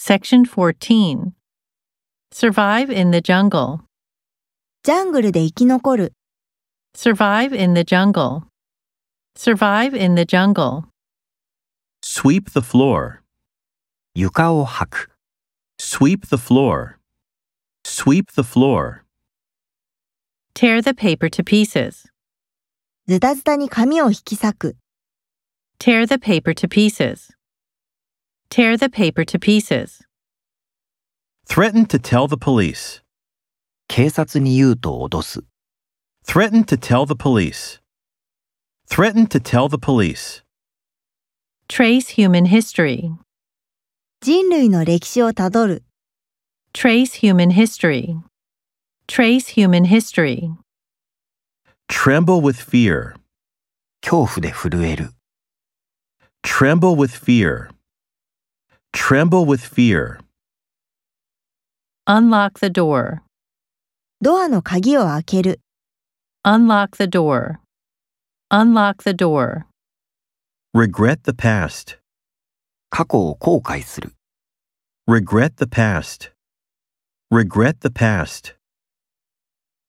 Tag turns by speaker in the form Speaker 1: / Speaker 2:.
Speaker 1: Section 14 Survive in the Jungle.
Speaker 2: ジャングルで生き残る、
Speaker 1: Survive in the jungle. Survive in the jungle.
Speaker 3: Sweep the floor.
Speaker 4: 床を履く、
Speaker 3: Sweep the floor. Sweep the floor.
Speaker 1: Tear the paper to pieces.
Speaker 2: ズタズタに髪を引き裂く、
Speaker 1: Tear the paper to pieces. Tear the paper to pieces.
Speaker 3: Threaten to tell the police.
Speaker 4: 警察に言うと脅す、
Speaker 3: Threaten to tell the police. Threaten to tell the police.
Speaker 1: Trace human history.
Speaker 2: 人類の歴史をたどる、
Speaker 1: Trace human history. Trace human history.
Speaker 3: Tremble with fear.
Speaker 4: 恐怖で震える、
Speaker 3: Tremble with fear. Tremble with fear.
Speaker 1: Unlock the door.
Speaker 2: ドアの鍵を開ける、
Speaker 1: Unlock the door. Unlock the door.
Speaker 3: Regret the past.
Speaker 4: 過去を後悔する。
Speaker 3: Regret the past. Regret the past.